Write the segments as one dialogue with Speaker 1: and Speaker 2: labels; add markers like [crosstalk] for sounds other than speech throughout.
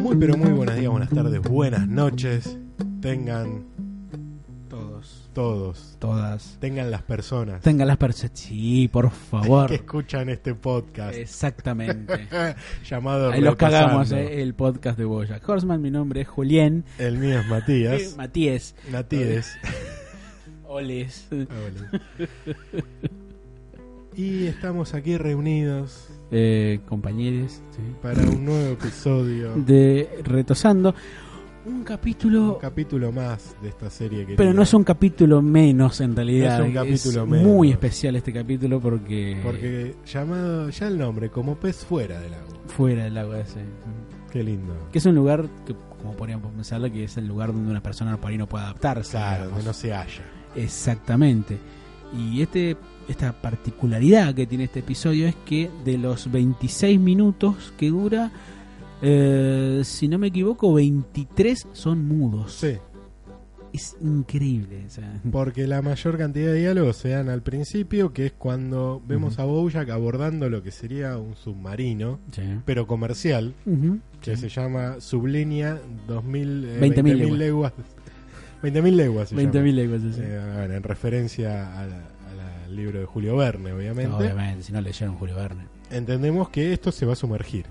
Speaker 1: Muy pero muy buenos días, buenas tardes, buenas noches. Tengan
Speaker 2: Todos.
Speaker 1: todos,
Speaker 2: Todas.
Speaker 1: tengan las personas
Speaker 2: Tengan las percepciones. Sí, por
Speaker 1: [laughs]
Speaker 2: favor.
Speaker 1: que escuchan este podcast [laughs]
Speaker 2: Exactamente.
Speaker 1: llamado
Speaker 2: Ahí los
Speaker 1: Repasando.
Speaker 2: cagamos, eh, el podcast de Boya. Horseman, mi nombre es Julián.
Speaker 1: El mío es Matías.
Speaker 2: Matías. Ah,
Speaker 1: Matías.
Speaker 2: Oles.
Speaker 1: y estamos aquí reunidos
Speaker 2: Eh, compañeros. sí.
Speaker 1: para un nuevo episodio, un
Speaker 2: De Retosando. Un capítulo.
Speaker 1: capítulo más de esta serie que
Speaker 2: pero no es un capítulo menos en realidad.
Speaker 1: No es un capítulo
Speaker 2: Es
Speaker 1: menos.
Speaker 2: Muy especial este capítulo porque.
Speaker 1: porque llamado ya el nombre como pez fuera del agua.
Speaker 2: Fuera del agua ese.
Speaker 1: Qué lindo.
Speaker 2: Que es un lugar que, como podríamos pensarlo, que es el lugar donde una persona por ahí no puede adaptarse.
Speaker 1: Claro,
Speaker 2: digamos.
Speaker 1: donde no se halla.
Speaker 2: Exactamente. Y este, esta particularidad que tiene este episodio es que de los 26 minutos que dura, eh, si no me equivoco, 23 son mudos.
Speaker 1: Sí,
Speaker 2: Es increíble. o [laughs] sea,
Speaker 1: porque la mayor cantidad de diálogos se dan al principio, que es cuando vemos a Bojack abordando lo que sería un submarino, pero comercial,
Speaker 2: Ujú.
Speaker 1: que se llama Sublínea 2000, eh,
Speaker 2: 20.000
Speaker 1: 20.000 leguas. 20.000 leguas se
Speaker 2: 20.000
Speaker 1: llama.
Speaker 2: lenguas. así.
Speaker 1: Eh, bueno, en referencia a la- a la- al libro de Julio Verne, obviamente.
Speaker 2: Obviamente, si no leyeron Julio Verne.
Speaker 1: Entendemos que esto se va a sumergir.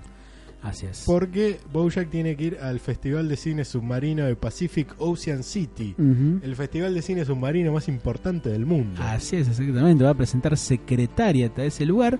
Speaker 2: Así es.
Speaker 1: Porque Bojack tiene que ir al Festival de Cine Submarino de Pacific Ocean City.
Speaker 2: Ujú.
Speaker 1: El festival de cine submarino más importante del mundo.
Speaker 2: Así es, exactamente. Va a presentar secretaria a ese lugar.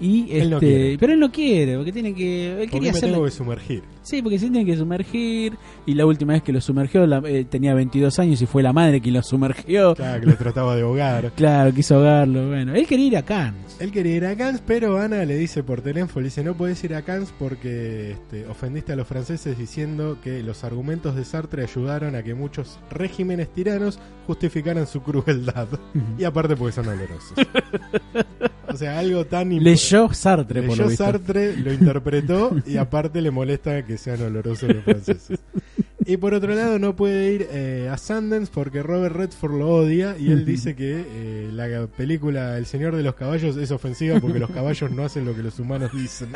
Speaker 2: Y este,
Speaker 1: Él no quiere.
Speaker 2: Pero él no quiere, porque tiene que. Él
Speaker 1: ¿Por qué
Speaker 2: quería
Speaker 1: me
Speaker 2: hacerle-
Speaker 1: tengo que sumergir?
Speaker 2: Sí, porque se tiene que sumergir. Y la última vez que lo sumergió la- eh, tenía 22 años y fue la madre quien lo sumergió. Claro,
Speaker 1: Claro, que lo trataba de ahogar.
Speaker 2: quiso ahogarlo. Bueno, él quería ir a Cannes.
Speaker 1: Él quería ir a Cannes, pero Ana le dice por teléfono, le dice, no puedes ir a Cannes porque este, ofendiste a los franceses diciendo que los argumentos de Sartre ayudaron a que muchos regímenes tiranos justificaran su crueldad. Y aparte porque son olorosos. o sea, algo tan imp-
Speaker 2: [laughs] Leyó Sartre, por lo
Speaker 1: Leyó
Speaker 2: visto.
Speaker 1: Sartre, lo interpretó y aparte le molesta que sean olorosos los franceses. Y por otro lado no puede ir eh, a Sundance porque Robert Redford lo odia y él
Speaker 2: Ujú.
Speaker 1: dice que eh, la película El Señor de los Caballos es ofensiva porque los caballos no hacen lo que los humanos dicen.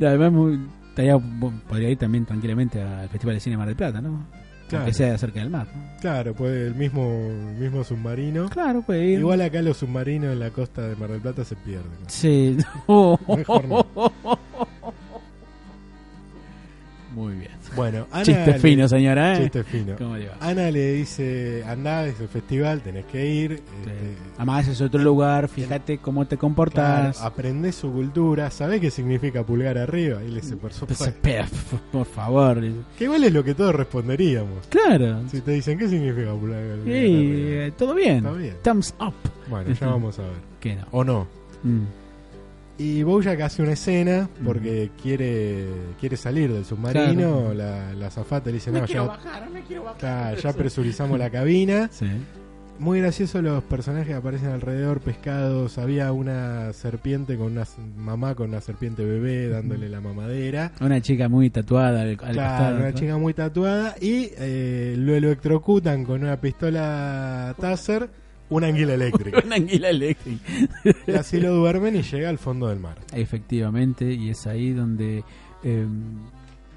Speaker 2: Además, muy- estaría- bueno, podría ir también tranquilamente al Festival de Cine Mar del Plata, ¿no?
Speaker 1: Claro.
Speaker 2: Que sea cerca del mar. ¿no?
Speaker 1: Claro, puede el mismo, mismo submarino.
Speaker 2: Claro, puede ir.
Speaker 1: Igual acá los submarinos en la costa de Mar del Plata se pierden.
Speaker 2: Sí.
Speaker 1: Mejor no.
Speaker 2: [laughs] Muy bien.
Speaker 1: Bueno, Ana
Speaker 2: Chiste
Speaker 1: le-
Speaker 2: fino, señora. ¿eh?
Speaker 1: Chiste fino.
Speaker 2: ¿Cómo le va?
Speaker 1: Ana le dice, andá, es el festival, tenés que ir. este,
Speaker 2: Además, es otro lugar. Fíjate cómo te
Speaker 1: Claro,
Speaker 2: comportás.
Speaker 1: aprendés su cultura, sabés qué significa pulgar arriba. Y le dice, por
Speaker 2: Pues,
Speaker 1: supuesto.
Speaker 2: espera, [laughs] por- por favor.
Speaker 1: Que igual es lo que todos responderíamos.
Speaker 2: Claro. Sí,
Speaker 1: Si te dicen, ¿qué significa pulgar, pulgar arriba?
Speaker 2: eh, todo bien.
Speaker 1: Está bien.
Speaker 2: Thumbs up.
Speaker 1: Bueno,
Speaker 2: [laughs]
Speaker 1: ya vamos a ver.
Speaker 2: Que no.
Speaker 1: O no.
Speaker 2: Mm.
Speaker 1: Y Bojack hace una escena porque quiere quiere salir del submarino. La, la azafata le dice, no, ya,
Speaker 2: bajar, me quiero bajar.
Speaker 1: claro,
Speaker 2: [laughs]
Speaker 1: ya presurizamos la cabina.
Speaker 2: Sí.
Speaker 1: Muy gracioso los personajes que aparecen alrededor, pescados. Había una serpiente con una s- mamá con una serpiente bebé dándole la mamadera.
Speaker 2: Una chica muy tatuada al, al
Speaker 1: Claro,
Speaker 2: costado,
Speaker 1: una
Speaker 2: ¿no?
Speaker 1: chica muy tatuada y eh, lo electrocutan con una pistola taser, una anguila
Speaker 2: [laughs]
Speaker 1: eléctrica.
Speaker 2: [laughs] Una anguila eléctrica.
Speaker 1: Y así lo duermen y llega al fondo del mar.
Speaker 2: Efectivamente, y es ahí donde eh,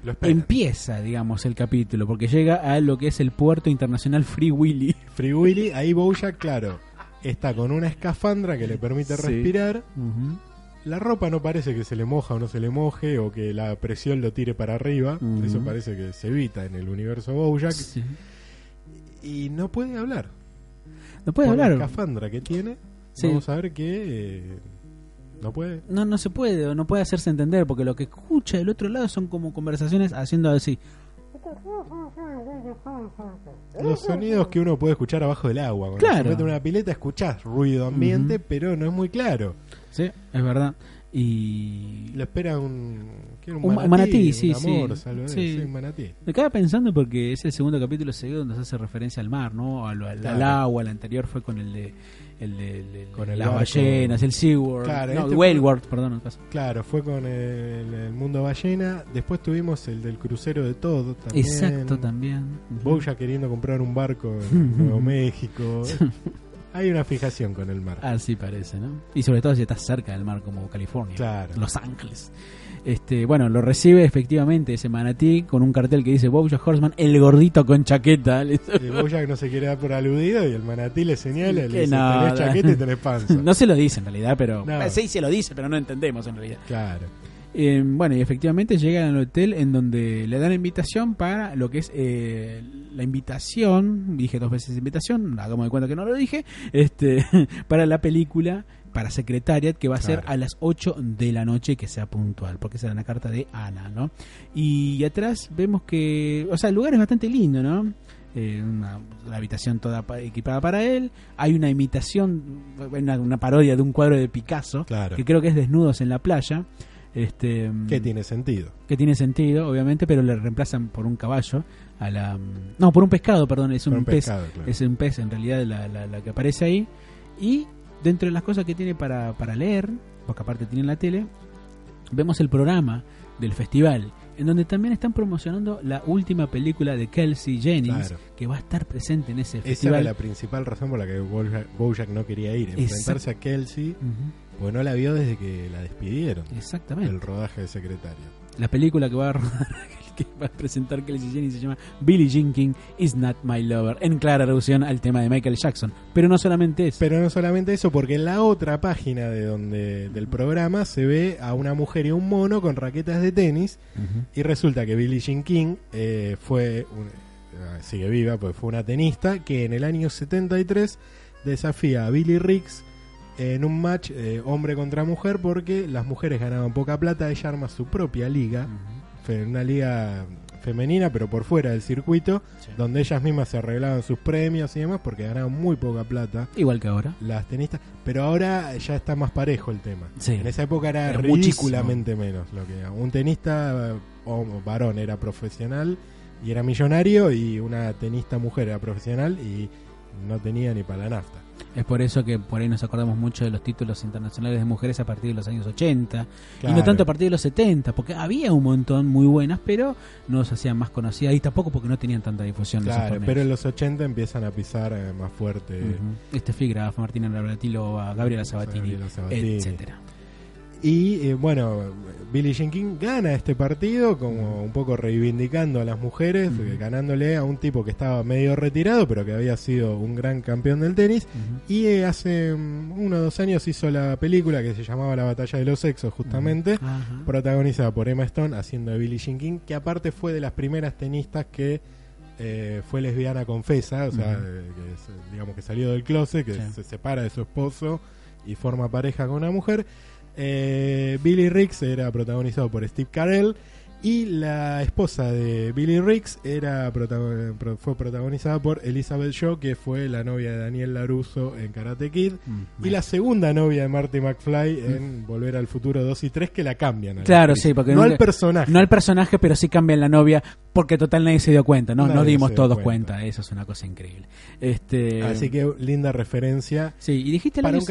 Speaker 1: Lo esperan.
Speaker 2: empieza, digamos, el capítulo, porque llega a lo que es el puerto internacional Free Willy.
Speaker 1: Free Willy, ahí Bojack, claro, está con una escafandra que le permite
Speaker 2: Sí.
Speaker 1: respirar.
Speaker 2: [laughs] Ujú.
Speaker 1: La ropa no parece que se le moja o no se le moje o que la presión lo tire para arriba.
Speaker 2: Ujú.
Speaker 1: Eso parece que se evita en el universo Bojack.
Speaker 2: Sí.
Speaker 1: Y no puede hablar.
Speaker 2: No puede
Speaker 1: Por La
Speaker 2: hablar.
Speaker 1: escafandra que tiene,
Speaker 2: Sí.
Speaker 1: vamos a ver que eh, no puede.
Speaker 2: No, no se puede, o no puede hacerse entender, porque lo que escucha del otro lado son como conversaciones haciendo así.
Speaker 1: Los [laughs] sonidos que uno puede escuchar abajo del agua. Cuando
Speaker 2: Claro.
Speaker 1: se mete en una pileta escuchás ruido ambiente,
Speaker 2: Ujú.
Speaker 1: pero no es muy claro.
Speaker 2: Sí, es verdad. Y
Speaker 1: Lo espera un, ¿qué era?
Speaker 2: Un ma- manatí, sí,
Speaker 1: un amor,
Speaker 2: sí.
Speaker 1: salvo-
Speaker 2: Sí.
Speaker 1: sí, un manatí.
Speaker 2: me acaba pensando porque ese segundo capítulo seguido donde se hace referencia al mar, ¿no? Al, al- al
Speaker 1: Claro.
Speaker 2: agua, el anterior fue con el de, el de- el de-
Speaker 1: Con el
Speaker 2: las
Speaker 1: barco.
Speaker 2: ballenas, el Seaward,
Speaker 1: Claro,
Speaker 2: no,
Speaker 1: este fue-
Speaker 2: Whaleward, perdón, en el caso.
Speaker 1: Claro, fue con el, el mundo ballena. Después tuvimos el del crucero de todo también.
Speaker 2: Exacto, también.
Speaker 1: Boya queriendo comprar un barco
Speaker 2: [laughs]
Speaker 1: en Nuevo México. Hay una fijación con el mar.
Speaker 2: Así parece, ¿no? Y sobre todo si estás cerca del mar como California,
Speaker 1: Claro.
Speaker 2: Los Ángeles. Este, bueno, lo recibe efectivamente ese manatí con un cartel que dice Bojack Horseman, el gordito con chaqueta. [laughs] Le-
Speaker 1: El Bojack no se quiere dar por aludido y el manatí le señala y
Speaker 2: Que
Speaker 1: le dice,
Speaker 2: nada.
Speaker 1: tenés chaqueta y tenés panza.
Speaker 2: [laughs] No se lo dice en realidad, pero
Speaker 1: No.
Speaker 2: Eh, sí se lo dice, pero no entendemos en realidad.
Speaker 1: Claro.
Speaker 2: Eh, bueno, y efectivamente llegan al hotel en donde le dan invitación para lo que es eh, la invitación, dije dos veces invitación, hagamos de cuenta que no lo dije, este [laughs] para la película para Secretariat que va a ser
Speaker 1: Claro.
Speaker 2: a las 8 de la noche que sea puntual, porque será una carta de Ana, ¿no? Y atrás vemos que, o sea, el lugar es bastante lindo, ¿no? Eh, una, la habitación toda pa- equipada para él, hay una imitación, una, una parodia de un cuadro de Picasso,
Speaker 1: Claro.
Speaker 2: que creo que es Desnudos en la playa. Este,
Speaker 1: Que tiene sentido.
Speaker 2: que tiene sentido, obviamente, pero le reemplazan por un caballo a la... No, por un pescado, perdón, es un,
Speaker 1: Para un
Speaker 2: pez.
Speaker 1: pescado, claro.
Speaker 2: Es un pez en realidad la, la- la que aparece ahí. Y dentro de las cosas que tiene para, para leer, porque aparte tiene en la tele, vemos el programa del festival, en donde también están promocionando la última película de Kelsey Jennings,
Speaker 1: Claro.
Speaker 2: que va a estar presente en ese
Speaker 1: Esa era
Speaker 2: festival.
Speaker 1: la principal razón por la que Bojack, Bojack no quería ir, enfrentarse a Kelsey,
Speaker 2: Ujú,
Speaker 1: porque no la vio desde que la despidieron
Speaker 2: Exactamente.
Speaker 1: del rodaje de secretario.
Speaker 2: La película que va a rodar, [laughs] que va a presentar Kelsey Jennings se llama Billie Jean King is Not My Lover, en clara alusión al tema de Michael Jackson. Pero no solamente eso.
Speaker 1: Pero no solamente eso, porque en la otra página de donde del programa se ve a una mujer y un mono con raquetas de tenis y resulta que Billie Jean King eh, fue un- eh, sigue viva, pues fue una tenista que en el año 73 desafía a Billy Riggs en un match eh, hombre contra mujer porque las mujeres ganaban poca plata, ella arma su propia liga, fe- una liga femenina pero por fuera del circuito,
Speaker 2: Sí.
Speaker 1: donde ellas mismas se arreglaban sus premios y demás porque ganaban muy poca plata
Speaker 2: Igual que ahora.
Speaker 1: las tenistas, pero ahora ya está más parejo el tema.
Speaker 2: Sí.
Speaker 1: En esa época era
Speaker 2: Era
Speaker 1: ridículamente menos lo que un tenista eh, hom- varón era profesional y era millonario y una tenista mujer era profesional y no tenía ni para la nafta.
Speaker 2: Es por eso que por ahí nos acordamos mucho de los títulos internacionales de mujeres a partir de los años 80 y
Speaker 1: Claro.
Speaker 2: no tanto a partir de los 70, porque había un montón muy buenas, pero no se hacían más conocidas y tampoco porque no tenían tanta difusión. los
Speaker 1: Claro,
Speaker 2: exponentes.
Speaker 1: pero en los 80 empiezan a pisar eh, más fuerte.
Speaker 2: Ujú. Este Figraf, Martina Navratilova, Gabriela Sabatini,
Speaker 1: Gabriela Sabatini.
Speaker 2: etcétera.
Speaker 1: Y eh, bueno, Billie Jean King gana este partido, como un poco reivindicando a las mujeres, eh, ganándole a un tipo que estaba medio retirado, pero que había sido un gran campeón del tenis.
Speaker 2: Ujú.
Speaker 1: Y eh, hace mm, uno o dos años hizo la película que se llamaba La Batalla de los Sexos, justamente,
Speaker 2: Ajá.
Speaker 1: protagonizada por Emma Stone, haciendo de Billie Jean King, que aparte fue de las primeras tenistas que eh, fue lesbiana confesa, o sea,
Speaker 2: Ujú.
Speaker 1: eh, que se- digamos que salió del closet, que
Speaker 2: Sí.
Speaker 1: se separa de su esposo y forma pareja con una mujer. Eh, Billy Riggs era protagonizado por Steve Carell y la esposa de Billy Riggs era protago- pro- fue protagonizada por Elizabeth Shaw, que fue la novia de Daniel LaRusso en Karate Kid.
Speaker 2: Mm.
Speaker 1: Y la segunda novia de Marty McFly en Volver al Futuro 2 y 3 que la cambian. a la
Speaker 2: Claro,
Speaker 1: actriz.
Speaker 2: sí, porque
Speaker 1: no
Speaker 2: nunca-
Speaker 1: al personaje.
Speaker 2: No al personaje, pero sí cambian la novia, porque total nadie se dio cuenta, ¿no?
Speaker 1: Nadie
Speaker 2: no dimos
Speaker 1: se dio
Speaker 2: todos
Speaker 1: cuenta.
Speaker 2: cuenta. eso es una cosa increíble. Este,
Speaker 1: eh, Así que linda referencia
Speaker 2: Sí, y dijiste la
Speaker 1: para un
Speaker 2: vez-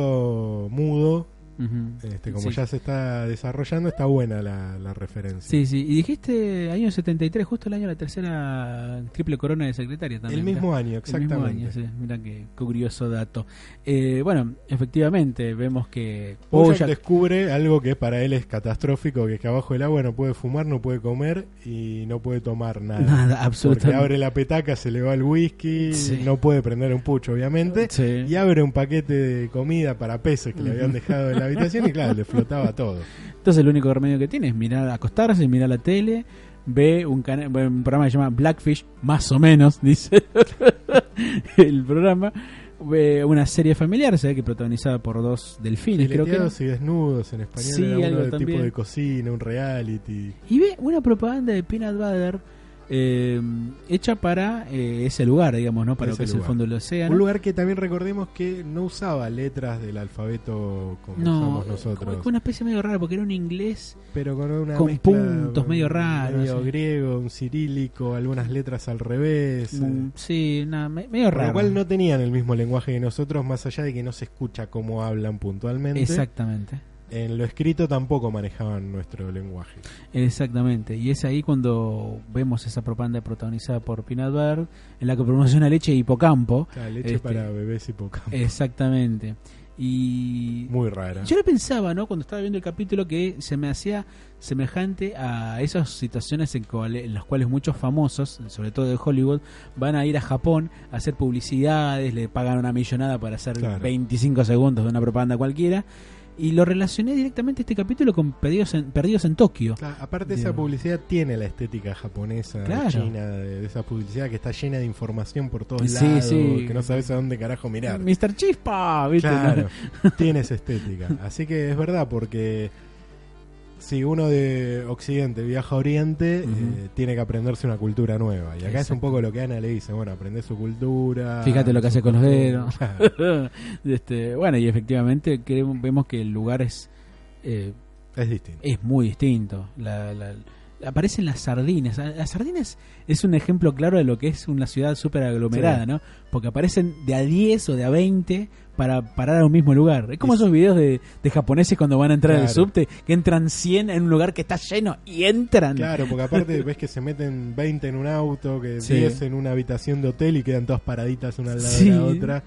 Speaker 1: capítulo mudo.
Speaker 2: Ujú.
Speaker 1: Este, como
Speaker 2: Sí.
Speaker 1: ya se está desarrollando, está buena la, la referencia.
Speaker 2: Sí, sí, y dijiste año 73, justo el año de la tercera triple corona de secretaria también.
Speaker 1: el
Speaker 2: mirá.
Speaker 1: mismo año,
Speaker 2: El mismo
Speaker 1: exactamente.
Speaker 2: año, sí. Mirá qué curioso dato. Eh, bueno, efectivamente, vemos que
Speaker 1: Bojack
Speaker 2: Bojack-
Speaker 1: descubre algo que para él es catastrófico, que es que abajo del agua no puede fumar, no puede comer y no puede tomar nada.
Speaker 2: Nada,
Speaker 1: Porque
Speaker 2: absolutamente.
Speaker 1: abre la petaca, se le va el whisky,
Speaker 2: Sí.
Speaker 1: no puede prender un pucho, obviamente.
Speaker 2: Sí.
Speaker 1: Y abre un paquete de comida para peces que le habían dejado en la habitación y claro, le flotaba
Speaker 2: [laughs]
Speaker 1: todo.
Speaker 2: Entonces el único remedio que tiene es mirar, acostarse, mirar la tele, ve un, cana- ve un programa que se llama Blackfish, más o menos, [laughs] dice el programa, ve una serie familiar, se ve que protagonizada por dos delfines, creo que era.
Speaker 1: Fileteados y desnudos en español
Speaker 2: Sí,
Speaker 1: era uno
Speaker 2: algo
Speaker 1: de tipo
Speaker 2: también.
Speaker 1: de cocina, un reality.
Speaker 2: y ve una propaganda de peanut butter eh, hecha para eh, ese lugar, digamos, ¿no? Para lo
Speaker 1: Ese
Speaker 2: que es el
Speaker 1: lugar.
Speaker 2: fondo del océano.
Speaker 1: Un lugar que también recordemos que no usaba letras del alfabeto como
Speaker 2: no,
Speaker 1: usamos
Speaker 2: como
Speaker 1: nosotros,
Speaker 2: una especie medio rara, porque era un inglés.
Speaker 1: pero con una
Speaker 2: con
Speaker 1: mezcla,
Speaker 2: puntos medio
Speaker 1: un-
Speaker 2: raros,
Speaker 1: medio
Speaker 2: sí.
Speaker 1: griego, un cirílico, algunas letras al revés.
Speaker 2: mm,
Speaker 1: eh.
Speaker 2: Sí, nada, me- medio
Speaker 1: Por
Speaker 2: raro.
Speaker 1: lo cual no tenían el mismo lenguaje que nosotros, más allá de que no se escucha cómo hablan puntualmente.
Speaker 2: Exactamente.
Speaker 1: En lo escrito tampoco manejaban nuestro lenguaje.
Speaker 2: Exactamente, y es ahí cuando vemos esa propaganda protagonizada por Peanut Bear, en la que promociona leche de hipocampo.
Speaker 1: O sea, leche
Speaker 2: Este.
Speaker 1: para bebés hipocampo.
Speaker 2: Exactamente. Y
Speaker 1: Muy rara.
Speaker 2: yo lo pensaba, ¿no? Cuando estaba viendo el capítulo, que se me hacía semejante a esas situaciones en, cual- en las cuales muchos famosos, sobre todo de Hollywood, van a ir a Japón a hacer publicidades, le pagan una millonada para hacer
Speaker 1: Claro.
Speaker 2: 25 segundos de una propaganda cualquiera. Y lo relacioné directamente este capítulo con Perdidos en, Perdidos en Tokio.
Speaker 1: Claro, aparte
Speaker 2: Digo.
Speaker 1: esa publicidad tiene la estética japonesa,
Speaker 2: Claro.
Speaker 1: china, de, de esa publicidad que está llena de información por todos
Speaker 2: Sí,
Speaker 1: lados,
Speaker 2: sí.
Speaker 1: que no sabes a dónde carajo mirar.
Speaker 2: Mr. Chispa, ¿viste?
Speaker 1: Claro,
Speaker 2: [laughs]
Speaker 1: tiene esa estética. Así que es verdad, porque si uno de Occidente viaja a Oriente,
Speaker 2: Ujú.
Speaker 1: eh, tiene que aprenderse una cultura nueva. Y acá es un
Speaker 2: Exacto.
Speaker 1: poco lo que Ana le dice, bueno, aprende su cultura.
Speaker 2: Fíjate lo que
Speaker 1: su
Speaker 2: hace con los
Speaker 1: costumbre.
Speaker 2: dedos.
Speaker 1: Claro.
Speaker 2: Este, bueno, y efectivamente creemos- vemos que el lugar es, eh,
Speaker 1: Es distinto.
Speaker 2: es muy distinto. La- la- aparecen las sardinas. Ah, Las sardinas es un ejemplo claro de lo que es una ciudad súper aglomerada,
Speaker 1: Sí.
Speaker 2: ¿no? Porque aparecen de a 10 o de a 20 para parar a un mismo lugar. Es como
Speaker 1: Y-
Speaker 2: esos videos de, de japoneses cuando van a entrar al
Speaker 1: Claro.
Speaker 2: subte, que entran 100 en un lugar que está lleno y [laughs] entran.
Speaker 1: Claro, porque aparte ves que se meten 20 en un auto, que
Speaker 2: Sí.
Speaker 1: 10 en una habitación de hotel y quedan todas paraditas una al lado
Speaker 2: Sí.
Speaker 1: de la otra.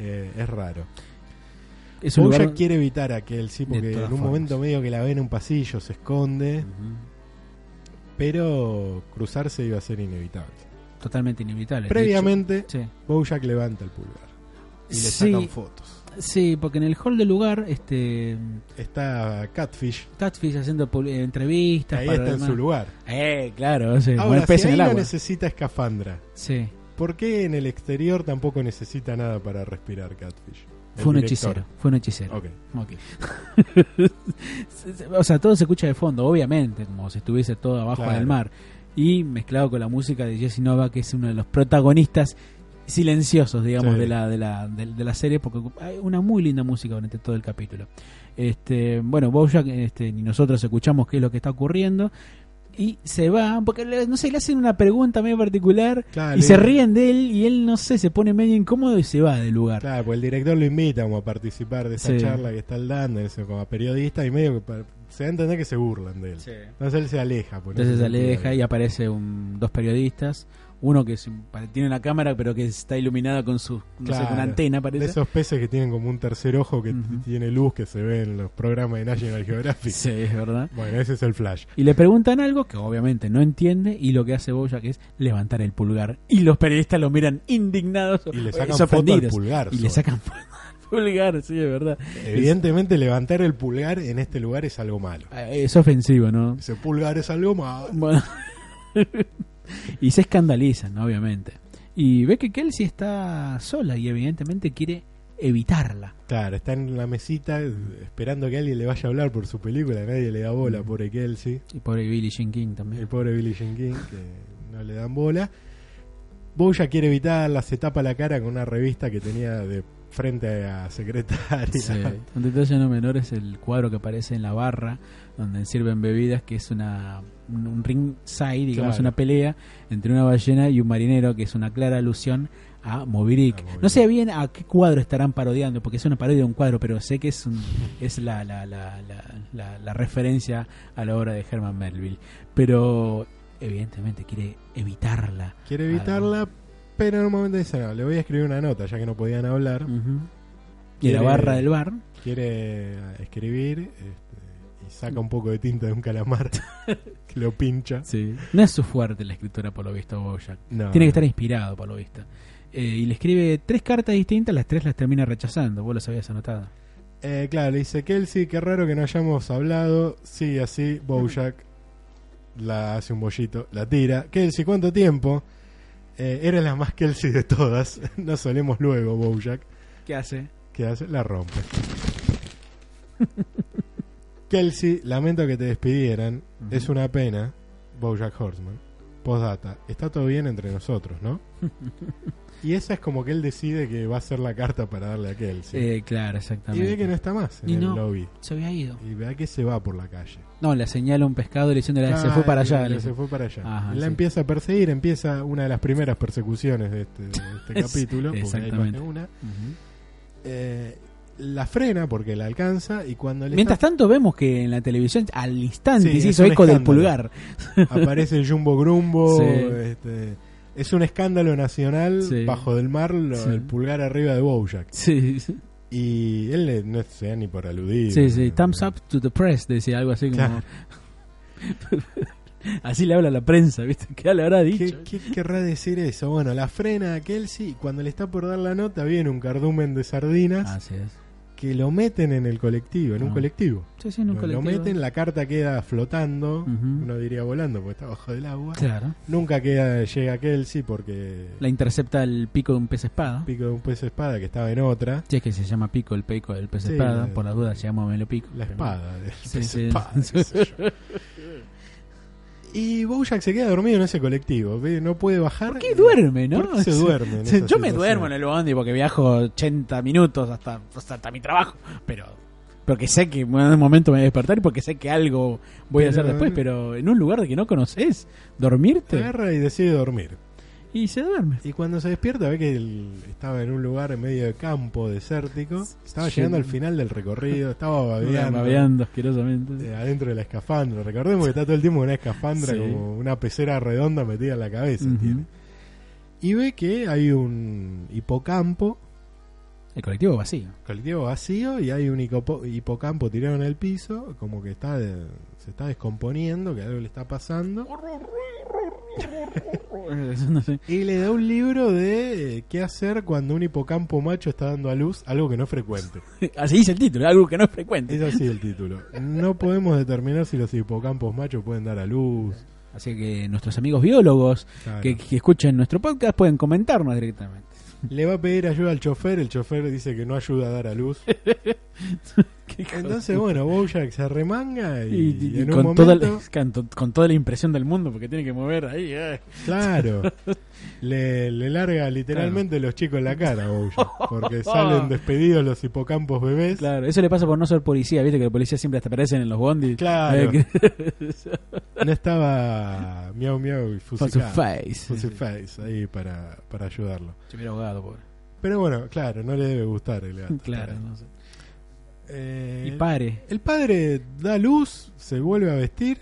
Speaker 1: Eh, es raro.
Speaker 2: Es un
Speaker 1: Bojack
Speaker 2: lugar...
Speaker 1: quiere evitar aquel, sí,
Speaker 2: De
Speaker 1: porque en un
Speaker 2: todas formas.
Speaker 1: momento medio que la ve en un pasillo, se esconde,
Speaker 2: Ujú.
Speaker 1: pero cruzarse iba a ser inevitable.
Speaker 2: Totalmente inevitable. De
Speaker 1: Previamente,
Speaker 2: hecho- sí.
Speaker 1: Bojack levanta el pulgar y le
Speaker 2: Sí.
Speaker 1: sacan fotos.
Speaker 2: Sí, porque en el hall del lugar, este,
Speaker 1: Está Catfish,
Speaker 2: Catfish haciendo pub- eh, entrevistas.
Speaker 1: ahí
Speaker 2: para
Speaker 1: está en
Speaker 2: demás.
Speaker 1: su lugar.
Speaker 2: Eh, claro, sí, buen
Speaker 1: Ahora,
Speaker 2: pez
Speaker 1: si
Speaker 2: en
Speaker 1: ahí
Speaker 2: el
Speaker 1: no
Speaker 2: agua.
Speaker 1: necesita escafandra,
Speaker 2: Sí,
Speaker 1: ¿por qué en el exterior tampoco necesita nada para respirar Catfish? El
Speaker 2: fue un
Speaker 1: director.
Speaker 2: hechicero, fue un hechicero.
Speaker 1: Ok.
Speaker 2: Ok. [laughs] o sea, todo se escucha de fondo, obviamente, como si estuviese todo abajo
Speaker 1: Claro.
Speaker 2: del mar. Y mezclado con la música de Jesse Nova, que es uno de los protagonistas silenciosos, digamos,
Speaker 1: Sí.
Speaker 2: de, la, de, la, de, de la serie, porque hay una muy linda música durante todo el capítulo. Este, bueno, Bojack este, ni nosotros escuchamos qué es lo que está ocurriendo. Y se va, porque le- no sé, le hacen una pregunta medio particular
Speaker 1: Claro,
Speaker 2: y
Speaker 1: le-
Speaker 2: se ríen de él y él, no sé, se pone medio incómodo y se va del lugar.
Speaker 1: Claro, pues el director lo invita como a participar de esa
Speaker 2: Sí.
Speaker 1: charla que está dando, eso, como a periodista, y medio que pa- se da a entender que se burlan de él. Entonces él se aleja. por
Speaker 2: Entonces
Speaker 1: ese
Speaker 2: se aleja
Speaker 1: sentido.
Speaker 2: y aparece un, dos periodistas. Uno que es un- pare- tiene una cámara, pero que está iluminada con su no sé, con
Speaker 1: Claro.
Speaker 2: una antena, parece.
Speaker 1: De esos peces que tienen como un tercer ojo que t-
Speaker 2: Ujú.
Speaker 1: tiene luz que se ve en los programas de
Speaker 2: [laughs]
Speaker 1: National Geographic.
Speaker 2: Sí, es verdad.
Speaker 1: Bueno, ese es el flash.
Speaker 2: Y le preguntan algo que obviamente no entiende. Y lo que hace Boya que es levantar el pulgar. Y los periodistas lo miran indignados
Speaker 1: Y le
Speaker 2: eh,
Speaker 1: sacan foto al
Speaker 2: sorprendidos.
Speaker 1: pulgar.
Speaker 2: y
Speaker 1: sobre-
Speaker 2: le sacan [laughs] foto al pulgar, sí, es verdad.
Speaker 1: Evidentemente levantar el pulgar en este lugar es algo malo.
Speaker 2: Eh, Es ofensivo, ¿no?
Speaker 1: Ese pulgar es algo malo.
Speaker 2: Bueno. [laughs] y se escandalizan, obviamente. Y ve que Kelsey está sola y evidentemente quiere evitarla.
Speaker 1: Claro, está en la mesita eh, esperando que alguien le vaya a hablar por su película. Nadie le da bola, pobre Kelsey.
Speaker 2: Y pobre Billy Jean King también.
Speaker 1: El pobre Billy Jean King, que no le dan bola. Boya quiere evitarla, se tapa la cara con una revista que tenía de frente a secretaria.
Speaker 2: Sí. [laughs] Un detalle no menor es el cuadro que aparece en la barra donde sirven bebidas, que es una un- un ring side, digamos,
Speaker 1: Claro.
Speaker 2: una pelea entre una ballena y un marinero, que es una clara alusión a Moby Dick.
Speaker 1: A Moby
Speaker 2: No sé
Speaker 1: Dick.
Speaker 2: bien a qué cuadro estarán parodiando, porque es una parodia de un cuadro, pero sé que
Speaker 1: [laughs]
Speaker 2: es un- es la, la, la, la- la- la referencia a la obra de Herman Melville. Pero evidentemente quiere evitarla.
Speaker 1: [laughs] Quiere evitarla, pero en un momento dice, no, le voy a escribir una nota, ya que no podían hablar.
Speaker 2: Ujú. Y en la
Speaker 1: Quiere-
Speaker 2: barra del bar
Speaker 1: Quiere eh, escribir este, y saca un poco de tinta de un
Speaker 2: [laughs]
Speaker 1: calamar que lo pincha.
Speaker 2: Sí. No es su fuerte la escritura, por lo visto, Bojack.
Speaker 1: No,
Speaker 2: Tiene que
Speaker 1: no.
Speaker 2: estar inspirado, por lo visto. Eh, y le escribe tres cartas distintas, las tres las termina rechazando. Vos las habías anotado.
Speaker 1: Eh, claro, le dice Kelsey, qué raro que no hayamos hablado. Sigue así, Bojack la hace un bollito, la tira. Kelsey, ¿cuánto tiempo? Eh, era la más Kelsey de todas. [laughs] No solemos luego, Bojack.
Speaker 2: ¿Qué hace?
Speaker 1: ¿Qué hace? La rompe.
Speaker 2: [laughs]
Speaker 1: Kelsey, lamento que te despidieran.
Speaker 2: Ujú.
Speaker 1: Es una pena, Bojack Horseman. Postdata, está todo bien entre nosotros,
Speaker 2: [laughs]
Speaker 1: ¿no? y esa es como que él decide que va a ser la carta para darle a aquel. ¿sí?
Speaker 2: Eh,
Speaker 1: y
Speaker 2: claro, exactamente.
Speaker 1: ve que no está más en
Speaker 2: Y
Speaker 1: el
Speaker 2: no.
Speaker 1: lobby.
Speaker 2: Se había ido.
Speaker 1: Y vea que se va por la calle.
Speaker 2: No, le señala un pescado diciéndole se fue
Speaker 1: Ah,
Speaker 2: para
Speaker 1: que-
Speaker 2: allá.
Speaker 1: que
Speaker 2: le dice.
Speaker 1: Se fue para allá.
Speaker 2: Ajá,
Speaker 1: Y la
Speaker 2: sí.
Speaker 1: empieza a perseguir, empieza una de las primeras persecuciones de este, de este
Speaker 2: [laughs] Es-
Speaker 1: capítulo. porque hay más de
Speaker 2: exactamente.
Speaker 1: una.
Speaker 2: Ujú.
Speaker 1: Eh, la frena porque la alcanza y cuando le
Speaker 2: Mientras tanto vemos que en la televisión al instante
Speaker 1: Sí,
Speaker 2: se
Speaker 1: es
Speaker 2: hizo
Speaker 1: un
Speaker 2: eco del
Speaker 1: escándalo. [laughs]
Speaker 2: pulgar.
Speaker 1: aparece el Jumbo Grumbo.
Speaker 2: [laughs] Sí.
Speaker 1: este, es un escándalo nacional
Speaker 2: Sí.
Speaker 1: bajo del mar, lo-
Speaker 2: Sí.
Speaker 1: el pulgar arriba de Bojack.
Speaker 2: Sí, sí,
Speaker 1: Y él le- no se da ni por aludir.
Speaker 2: sí, sí, thumbs up to the press, decía algo así como...
Speaker 1: Claro.
Speaker 2: [laughs] así le habla a la prensa, ¿viste? ¿Qué le habrá dicho?
Speaker 1: ¿Qué, qué querrá decir eso? Bueno, la frena a Kelsey y cuando le está por dar la nota viene un cardumen de sardinas
Speaker 2: Así es.
Speaker 1: que lo meten en el colectivo, en un
Speaker 2: Ah.
Speaker 1: colectivo.
Speaker 2: Sí, sí, en un
Speaker 1: lo, lo
Speaker 2: colectivo.
Speaker 1: meten, la carta queda flotando,
Speaker 2: Ujú.
Speaker 1: uno diría volando porque está bajo del agua.
Speaker 2: Claro.
Speaker 1: Nunca queda, llega Kelsey porque
Speaker 2: La intercepta el pico de un pez espada.
Speaker 1: pico de un pez espada que estaba en otra,
Speaker 2: Si es que se llama pico el pico del pez
Speaker 1: Sí,
Speaker 2: espada,
Speaker 1: la-
Speaker 2: por las dudas llamámelo pico.
Speaker 1: la espada del
Speaker 2: Sí,
Speaker 1: pez
Speaker 2: sí.
Speaker 1: espada, qué sé
Speaker 2: [laughs]
Speaker 1: yo. Y Bojack se queda dormido en ese colectivo, ve, no puede bajar.
Speaker 2: ¿Qué duerme, no?
Speaker 1: ¿Por qué se duerme en
Speaker 2: Sí,
Speaker 1: esa
Speaker 2: [laughs] Yo me
Speaker 1: situación?
Speaker 2: duermo en el bondi porque viajo 80 minutos hasta, hasta mi trabajo, pero porque sé que en un momento me voy a despertar y porque sé que algo voy a hacer
Speaker 1: Pero-
Speaker 2: después, pero en un lugar que no conoces, dormirte
Speaker 1: Agarra y decide dormir.
Speaker 2: y se duerme.
Speaker 1: Y cuando se despierta ve que él estaba en un lugar en medio de campo desértico. Estaba
Speaker 2: Sí.
Speaker 1: llegando al final del recorrido, estaba babeando,
Speaker 2: Babeando asquerosamente.
Speaker 1: eh, adentro de la escafandra. Recordemos que está todo el tiempo con una escafandra
Speaker 2: Sí.
Speaker 1: como una pecera redonda metida en la cabeza.
Speaker 2: Ujú.
Speaker 1: tiene. Y ve que hay un hipocampo,
Speaker 2: El colectivo vacío. [laughs]
Speaker 1: colectivo vacío, y hay un hicopo- hipocampo tirado en el piso, como que está de- se está descomponiendo, que algo le está pasando.
Speaker 2: No sé.
Speaker 1: Y le da un libro de eh, qué hacer cuando un hipocampo macho está dando a luz algo que no es frecuente.
Speaker 2: Así dice el título, algo que no es frecuente.
Speaker 1: Es así el título. No podemos determinar si los hipocampos machos pueden dar a luz.
Speaker 2: Así que nuestros amigos biólogos
Speaker 1: Claro.
Speaker 2: que, que escuchen nuestro podcast pueden comentarnos directamente.
Speaker 1: [laughs] Le va a pedir ayuda al chofer, el chofer dice que no ayuda a dar a
Speaker 2: [laughs]
Speaker 1: luz. Entonces, bueno, Bojack se remanga y,
Speaker 2: Y, y-
Speaker 1: en
Speaker 2: y
Speaker 1: un
Speaker 2: con,
Speaker 1: momento,
Speaker 2: toda la, [laughs] con, con toda la impresión del mundo, porque tiene que mover ahí. eh.
Speaker 1: claro, le, le larga literalmente los chicos en la cara a Bojack,
Speaker 2: [laughs]
Speaker 1: porque salen despedidos los hipocampos bebés.
Speaker 2: Claro, eso le pasa por no ser policía, viste que los policías siempre hasta aparecen en los bondis.
Speaker 1: Claro.
Speaker 2: Eh, [laughs] que-
Speaker 1: No estaba miau miau y
Speaker 2: con su
Speaker 1: Fusify
Speaker 2: face.
Speaker 1: ahí para, para ayudarlo.
Speaker 2: Se hubiera ahogado, pobre.
Speaker 1: Pero bueno, claro, no le debe gustar
Speaker 2: [laughs]
Speaker 1: el gato.
Speaker 2: Claro, no sé.
Speaker 1: Eh,
Speaker 2: Y pare.
Speaker 1: El padre da luz, se vuelve a vestir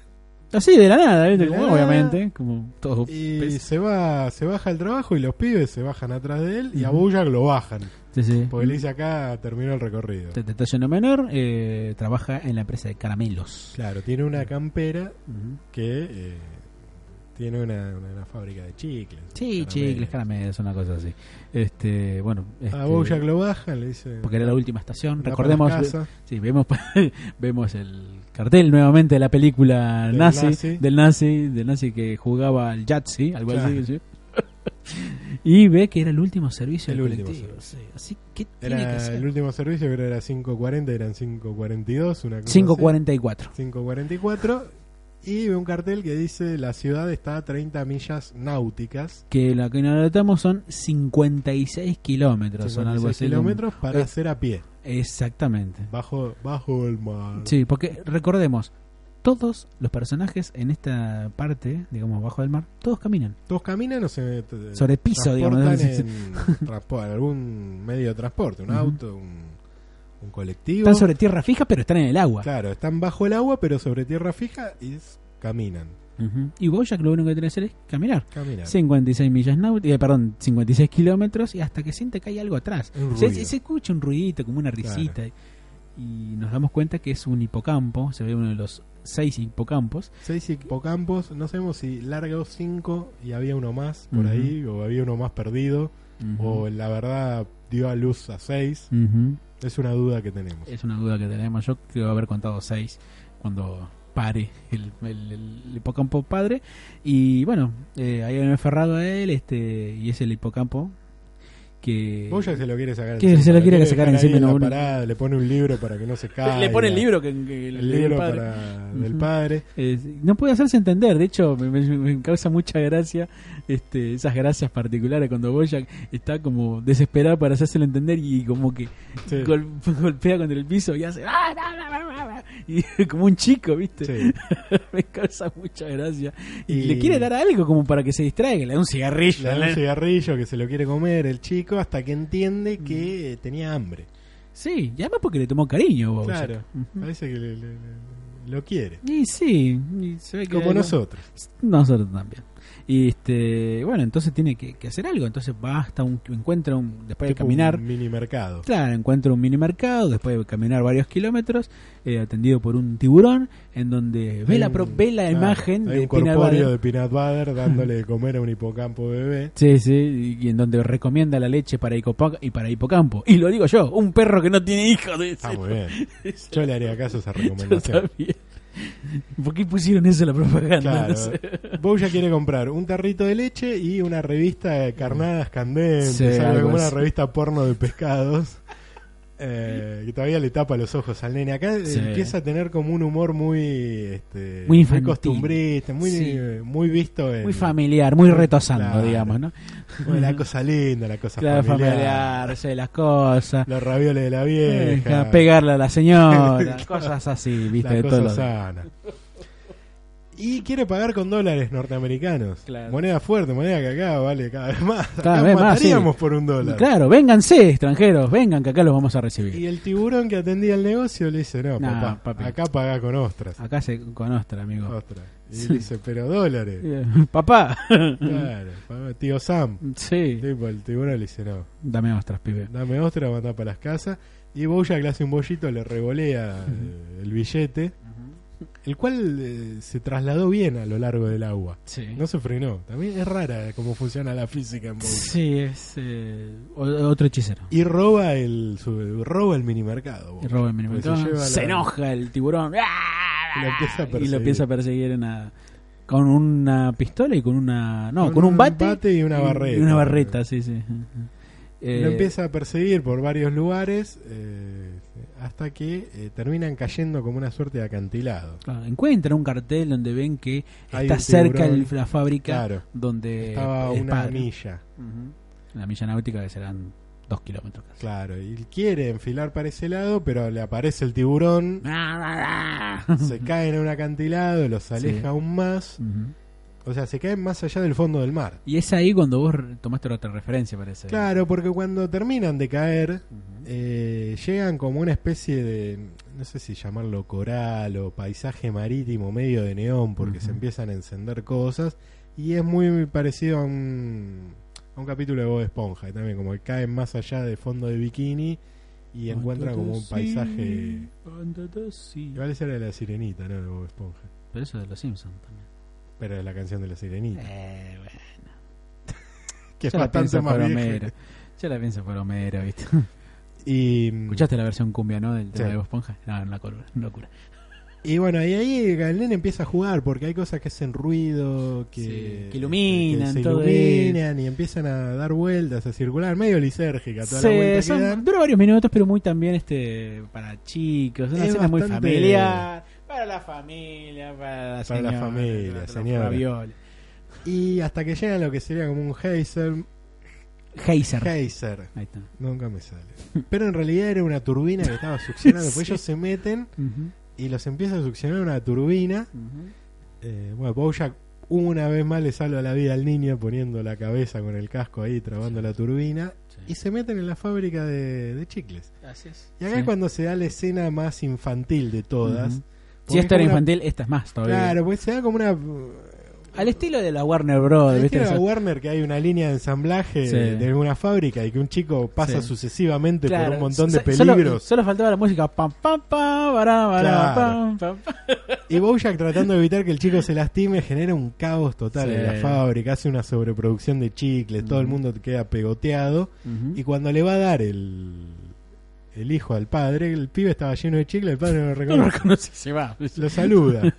Speaker 2: Así de la nada, ¿viste?
Speaker 1: De la
Speaker 2: Como,
Speaker 1: nada.
Speaker 2: obviamente, como todo
Speaker 1: y
Speaker 2: pez.
Speaker 1: se va, se baja al trabajo y los pibes se bajan atrás de él y a
Speaker 2: Ujú.
Speaker 1: Bojack lo bajan.
Speaker 2: Sí, sí.
Speaker 1: Porque le dice acá terminó el recorrido.
Speaker 2: Este detalle no menor, eh, trabaja en la empresa de caramelos.
Speaker 1: Claro, tiene una campera
Speaker 2: Ujú.
Speaker 1: que eh, tiene una, una- una fábrica de chicles.
Speaker 2: Sí,
Speaker 1: caramelos.
Speaker 2: chicles, caramelos, una cosa así. Este, bueno,
Speaker 1: A
Speaker 2: este,
Speaker 1: Bojack lo bajan, le dice.
Speaker 2: porque era la última estación.
Speaker 1: "Anda para
Speaker 2: Recordemos, eh,
Speaker 1: casa".
Speaker 2: Sí, vemos, [laughs] vemos el cartel nuevamente de la película
Speaker 1: Del
Speaker 2: nazi,
Speaker 1: nazi.
Speaker 2: del nazi, del nazi que jugaba al Yatsi, algo
Speaker 1: Claro.
Speaker 2: así. ¿sí? [laughs] y ve que era el último servicio
Speaker 1: El
Speaker 2: del
Speaker 1: último
Speaker 2: colectivo. sí. Así que tiene que
Speaker 1: Era
Speaker 2: ser.
Speaker 1: el último servicio, creo que era 5.40, eran 5.42, una cosa
Speaker 2: 544.
Speaker 1: así. 5.44. Y ve un cartel que dice la ciudad está a 30 millas náuticas,
Speaker 2: Que lo que nos notamos son 56 kilómetros, son algo
Speaker 1: 56
Speaker 2: así. como-
Speaker 1: kilómetros para
Speaker 2: Eh.
Speaker 1: hacer a pie,
Speaker 2: Exactamente.
Speaker 1: bajo, bajo el mar.
Speaker 2: Sí, porque recordemos, todos los personajes en esta parte, digamos, bajo del mar, todos caminan.
Speaker 1: Todos caminan o se
Speaker 2: Sobre piso, digamos.
Speaker 1: transportan en
Speaker 2: [laughs]
Speaker 1: transpo- algún medio de transporte, un
Speaker 2: Ujú.
Speaker 1: auto, un, un colectivo.
Speaker 2: Están sobre tierra fija, pero están en el agua.
Speaker 1: Claro, están bajo el agua, pero sobre tierra fija y es- caminan.
Speaker 2: Ujú. Y Bojack lo único que tiene que hacer es caminar.
Speaker 1: Caminan.
Speaker 2: 56 millas náuticas, eh, perdón, 56 kilómetros y hasta que siente que hay algo atrás.
Speaker 1: Un
Speaker 2: Se,
Speaker 1: ruido.
Speaker 2: se escucha un ruidito, como una
Speaker 1: Claro.
Speaker 2: risita. Y nos damos cuenta que es un hipocampo, se ve uno de los seis hipocampos.
Speaker 1: Seis hipocampos, no sabemos si largo cinco y había uno más por
Speaker 2: Ujú.
Speaker 1: ahí, o había uno más perdido, o
Speaker 2: Ujú.
Speaker 1: la verdad dio a luz a seis.
Speaker 2: Ujú.
Speaker 1: Es una duda que tenemos.
Speaker 2: Es una duda que tenemos. Yo creo haber contado seis cuando pare el, el- el hipocampo padre. Y bueno, eh, ahí me he aferrado a él este y es el hipocampo que
Speaker 1: Bojack se lo quiere sacar
Speaker 2: Que
Speaker 1: encima,
Speaker 2: se lo quiere
Speaker 1: dejar
Speaker 2: sacar
Speaker 1: ahí
Speaker 2: encima,
Speaker 1: en la
Speaker 2: no, no.
Speaker 1: parada, le pone un libro para que no se caiga.
Speaker 3: Le pone el libro que, que-
Speaker 1: El
Speaker 2: del
Speaker 1: libro
Speaker 2: padre.
Speaker 1: para- del
Speaker 2: Ujú.
Speaker 1: padre.
Speaker 2: Eh, no puede hacerse entender, de hecho me, me- me causa mucha gracia este, esas gracias particulares cuando Bojack está como desesperado para hacérselo entender y como que
Speaker 1: Sí,
Speaker 2: gol- [laughs] golpea contra el piso y hace "Ah, bla, bla, bla, bla, bla", y [laughs] como un chico, ¿viste?
Speaker 1: sí.
Speaker 2: [laughs] me causa mucha gracia. Y,
Speaker 1: Y-
Speaker 2: le quiere dar algo como para que se distraiga, le da un cigarrillo.
Speaker 1: Le da
Speaker 2: ¿no?
Speaker 1: un cigarrillo que se lo quiere comer el chico hasta que entiende que tenía hambre.
Speaker 2: Sí, y además porque le tomó cariño Bojack.
Speaker 1: Claro,
Speaker 2: Ujú.
Speaker 1: parece que le- le- le- lo quiere.
Speaker 2: Y sí, y se ve que
Speaker 1: Como
Speaker 2: algo-
Speaker 1: nosotros.
Speaker 2: Nosotros también. Y este, bueno, entonces tiene que, que hacer algo. Entonces va hasta un. Encuentra un. Después de
Speaker 1: Tipo
Speaker 2: caminar.
Speaker 1: Un mini mercado.
Speaker 2: Claro, encuentra un mini mercado. Después de caminar varios kilómetros. eh, atendido por un tiburón. En donde ve la, pro- ve la
Speaker 1: Ah,
Speaker 2: imagen
Speaker 1: hay
Speaker 2: de
Speaker 1: un
Speaker 2: Peanut
Speaker 1: corpóreo
Speaker 2: Butter.
Speaker 1: de Peanut
Speaker 2: [laughs]
Speaker 1: Butter dándole de comer a un hipocampo bebé.
Speaker 2: Sí, sí, y en donde recomienda la leche para, hipopa- y para hipocampo. Y lo digo yo, un perro que no tiene hijos. de
Speaker 1: Está Ah, muy bien. Yo le haría caso a esa
Speaker 2: [laughs]
Speaker 1: recomendación.
Speaker 2: ¿Por qué pusieron eso en la propaganda?
Speaker 1: Claro.
Speaker 2: [laughs] No sé.
Speaker 1: Bouya quiere comprar un tarrito de leche y una revista de carnadas candentes,
Speaker 2: Sí,
Speaker 1: algo
Speaker 2: algo
Speaker 1: como una
Speaker 2: así.
Speaker 1: revista porno de
Speaker 2: [laughs]
Speaker 1: pescados. eh, que todavía le tapa los ojos al nene. Acá eh,
Speaker 2: Sí.
Speaker 1: empieza a tener como un humor muy este,
Speaker 2: Muy infantil.
Speaker 1: costumbrista, muy,
Speaker 2: Sí.
Speaker 1: muy visto en
Speaker 2: Muy familiar, muy retosando,
Speaker 1: eh, Claro.
Speaker 2: digamos, ¿no?
Speaker 1: bueno, la cosa linda, la cosa
Speaker 2: Claro,
Speaker 1: familiar,
Speaker 2: familiar, sí, las cosas.
Speaker 1: los ravioles de la
Speaker 2: eh,
Speaker 1: vieja,
Speaker 2: pegarle a la señora,
Speaker 1: [laughs]
Speaker 2: cosas así, viste,
Speaker 1: la
Speaker 2: de
Speaker 1: cosa
Speaker 2: todo lo
Speaker 1: sana. Y quiere pagar con dólares norteamericanos.
Speaker 2: Claro.
Speaker 1: Moneda fuerte, moneda que acá vale cada vez más.
Speaker 2: Cada
Speaker 1: Acá
Speaker 2: vez más,
Speaker 1: mataríamos
Speaker 2: sí.
Speaker 1: por un dólar.
Speaker 2: Claro, vénganse, extranjeros, vengan que acá los vamos a recibir.
Speaker 1: Y el tiburón que atendía el negocio le dice, no,
Speaker 2: No,
Speaker 1: papá,
Speaker 2: papi. Ah,
Speaker 1: acá pagá con ostras.
Speaker 2: Acá se con ostra, amigo.
Speaker 1: ostras. Y dice, pero dólares.
Speaker 2: Eh, [laughs] Papá,
Speaker 1: claro, papá, tío Sam.
Speaker 2: sí,
Speaker 1: Tipo, el tiburón le dice, no,
Speaker 2: dame ostras, pibe.
Speaker 1: dame ostras, mandá para las casas. Y Bojack le hace un bollito, le revolea eh, el billete. El cual eh, se trasladó bien a lo largo del agua.
Speaker 2: Sí.
Speaker 1: No se frenó. También es rara cómo funciona la física en Bojack.
Speaker 2: Sí, es eh, o- otro hechicero.
Speaker 1: Y roba el su- roba el minimercado. Bojack.
Speaker 2: Y roba el minimercado.
Speaker 1: Porque se lleva
Speaker 2: Se,
Speaker 1: la-
Speaker 2: enoja el tiburón.
Speaker 1: Y lo empieza a
Speaker 2: Y
Speaker 1: perseguir.
Speaker 2: lo empieza a perseguir en una- con una pistola y con una... No,
Speaker 1: Con
Speaker 2: con, un,
Speaker 1: un
Speaker 2: bate,
Speaker 1: bate y una barreta.
Speaker 2: una barreta, sí, sí. Eh,
Speaker 1: Lo empieza a perseguir por varios lugares eh, hasta que eh, terminan cayendo como una suerte de acantilado.
Speaker 2: claro, encuentran un cartel donde ven que
Speaker 1: Hay
Speaker 2: está
Speaker 1: un
Speaker 2: cerca el- Eh,
Speaker 1: tiburón.
Speaker 2: la fábrica
Speaker 1: Claro.
Speaker 2: donde
Speaker 1: Estaba
Speaker 2: es
Speaker 1: una
Speaker 2: padre.
Speaker 1: milla,
Speaker 2: Ujú. La milla náutica que serán dos kilómetros
Speaker 1: [laughs]
Speaker 2: casi.
Speaker 1: claro. Y quiere enfilar para ese lado, pero le aparece el tiburón,
Speaker 2: [laughs]
Speaker 1: se caen en un acantilado, los aleja
Speaker 2: Sí.
Speaker 1: aún más.
Speaker 2: Ujú.
Speaker 1: O sea, se caen más allá del fondo del mar.
Speaker 2: Y es ahí cuando vos tomaste otra referencia, parece.
Speaker 1: Claro, porque cuando terminan de caer, eh, llegan como una especie de, no sé si llamarlo coral o paisaje marítimo medio de neón, porque
Speaker 2: Ujú.
Speaker 1: se empiezan a encender cosas, y es muy parecido a un, a un capítulo de Bob Esponja, también como que caen más allá de fondo de bikini y encuentran como un paisaje... Igual esa era de la sirenita, ¿no? De Bob Esponja.
Speaker 2: Pero eso de los Simpsons también.
Speaker 1: Pero es la canción de la sirenita,
Speaker 2: Eh, bueno.
Speaker 1: que es
Speaker 2: ya la pienso
Speaker 1: bastante más
Speaker 2: por
Speaker 1: vieja.
Speaker 2: Homero. Ya la pienso por Homero,
Speaker 1: [laughs]
Speaker 2: ¿viste?
Speaker 1: Y,
Speaker 2: Escuchaste la versión cumbia, ¿no? Del tema
Speaker 1: Sí.
Speaker 2: de Bob Esponja. No, una col- una locura.
Speaker 1: Y bueno, y ahí el nene empieza a jugar porque hay cosas que hacen ruido, que,
Speaker 2: Sí, que iluminan,
Speaker 1: que se
Speaker 2: todo
Speaker 1: iluminan y empiezan a dar vueltas, a circular, medio lisérgica toda la vuelta
Speaker 2: Se,
Speaker 1: que
Speaker 2: son-
Speaker 1: dan.
Speaker 2: dura varios minutos, pero muy también este para chicos. Una
Speaker 1: Es
Speaker 2: escena muy
Speaker 1: bastante-
Speaker 2: familiar. Para la familia, para
Speaker 1: Para
Speaker 2: la
Speaker 1: la
Speaker 2: señora.
Speaker 1: familia,
Speaker 2: para los
Speaker 1: señora.
Speaker 2: ravioles.
Speaker 1: Y hasta que llegan a lo que sería como un Heiser.
Speaker 2: Heiser.
Speaker 1: Heiser,
Speaker 2: Ahí está.
Speaker 1: nunca me
Speaker 2: [laughs]
Speaker 1: sale. Pero en realidad era una turbina que estaba succionando, porque
Speaker 2: Sí.
Speaker 1: ellos se meten
Speaker 2: Ujú,
Speaker 1: y los empieza a succionar una turbina.
Speaker 2: ujú.
Speaker 1: Eh, bueno, Bojack una vez más le salva la vida al niño poniendo la cabeza con el casco ahí, trabando la turbina.
Speaker 2: Sí.
Speaker 1: Y se meten en la fábrica de- de chicles.
Speaker 2: Así es.
Speaker 1: Y acá
Speaker 2: Sí.
Speaker 1: es cuando se da la escena más infantil de todas.
Speaker 2: Ujú.
Speaker 1: Porque
Speaker 2: Si esta
Speaker 1: es
Speaker 2: era
Speaker 1: como una-
Speaker 2: infantil, esta es más todavía.
Speaker 1: Claro, pues se da como una.
Speaker 2: Al estilo de la Warner
Speaker 1: al
Speaker 2: Bros. Ah, ¿viste?
Speaker 1: estilo de
Speaker 2: Esa-
Speaker 1: Warner que hay una línea de ensamblaje
Speaker 2: Sí.
Speaker 1: de alguna fábrica y que un chico pasa
Speaker 2: Sí.
Speaker 1: sucesivamente por
Speaker 2: Claro,
Speaker 1: un montón de
Speaker 2: so- solo- Solo,
Speaker 1: peligros.
Speaker 2: faltaba la música. Pam, pam, pam, bará, bará,
Speaker 1: Claro.
Speaker 2: pam, pam, pam.
Speaker 1: Y Bojack tratando de evitar que el chico se lastime genera un caos total
Speaker 2: Sí.
Speaker 1: en la fábrica, hace una sobreproducción de chicles, todo el
Speaker 2: Ujú.
Speaker 1: mundo queda pegoteado.
Speaker 2: Ujú.
Speaker 1: Y cuando le va a dar el, el hijo al padre, el pibe estaba lleno de chicles, el
Speaker 2: [laughs]
Speaker 1: padre no lo
Speaker 2: No lo
Speaker 1: reconoce.
Speaker 2: reconoce,
Speaker 1: [laughs]
Speaker 2: se va.
Speaker 1: lo saluda.